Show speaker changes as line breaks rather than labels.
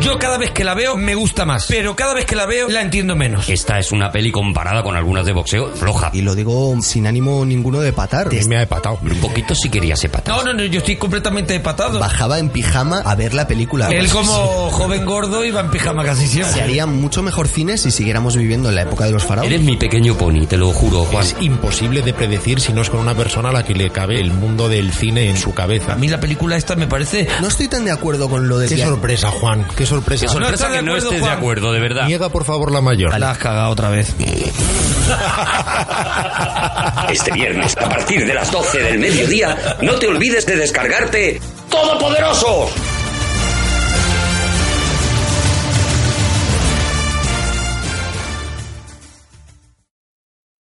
Yo cada vez que la veo me gusta más, pero cada vez que la veo la entiendo menos.
Esta es una peli comparada con algunas de boxeo floja.
Y lo digo sin ánimo ninguno de patar.
A mí me ha empatado.
Un poquito si querías empatar.
No, no, no, yo estoy completamente empatado.
Bajaba en pijama a ver la película. Pues,
Él como joven gordo iba en pijama casi
Se
siempre.
haría mucho mejor cine si siguiéramos viviendo en la época de los
Eres
faraones.
mi pequeño pony, te lo juro, Juan.
Es imposible de predecir si no es con una persona a la que le cabe el mundo del cine en su cabeza.
A mí la película esta me parece...
No estoy tan de acuerdo con lo de
Qué
que-
sorpresa, Juan. Qué sorpresa.
Qué sorpresa
No estoy de
que no
acuerdo,
estés de
Juan.
acuerdo, de verdad.
Niega, por favor, la mayor.
La has cagado otra vez.
Este viernes, a partir de las 12 del mediodía, no te olvides de descargarte Todopoderosos.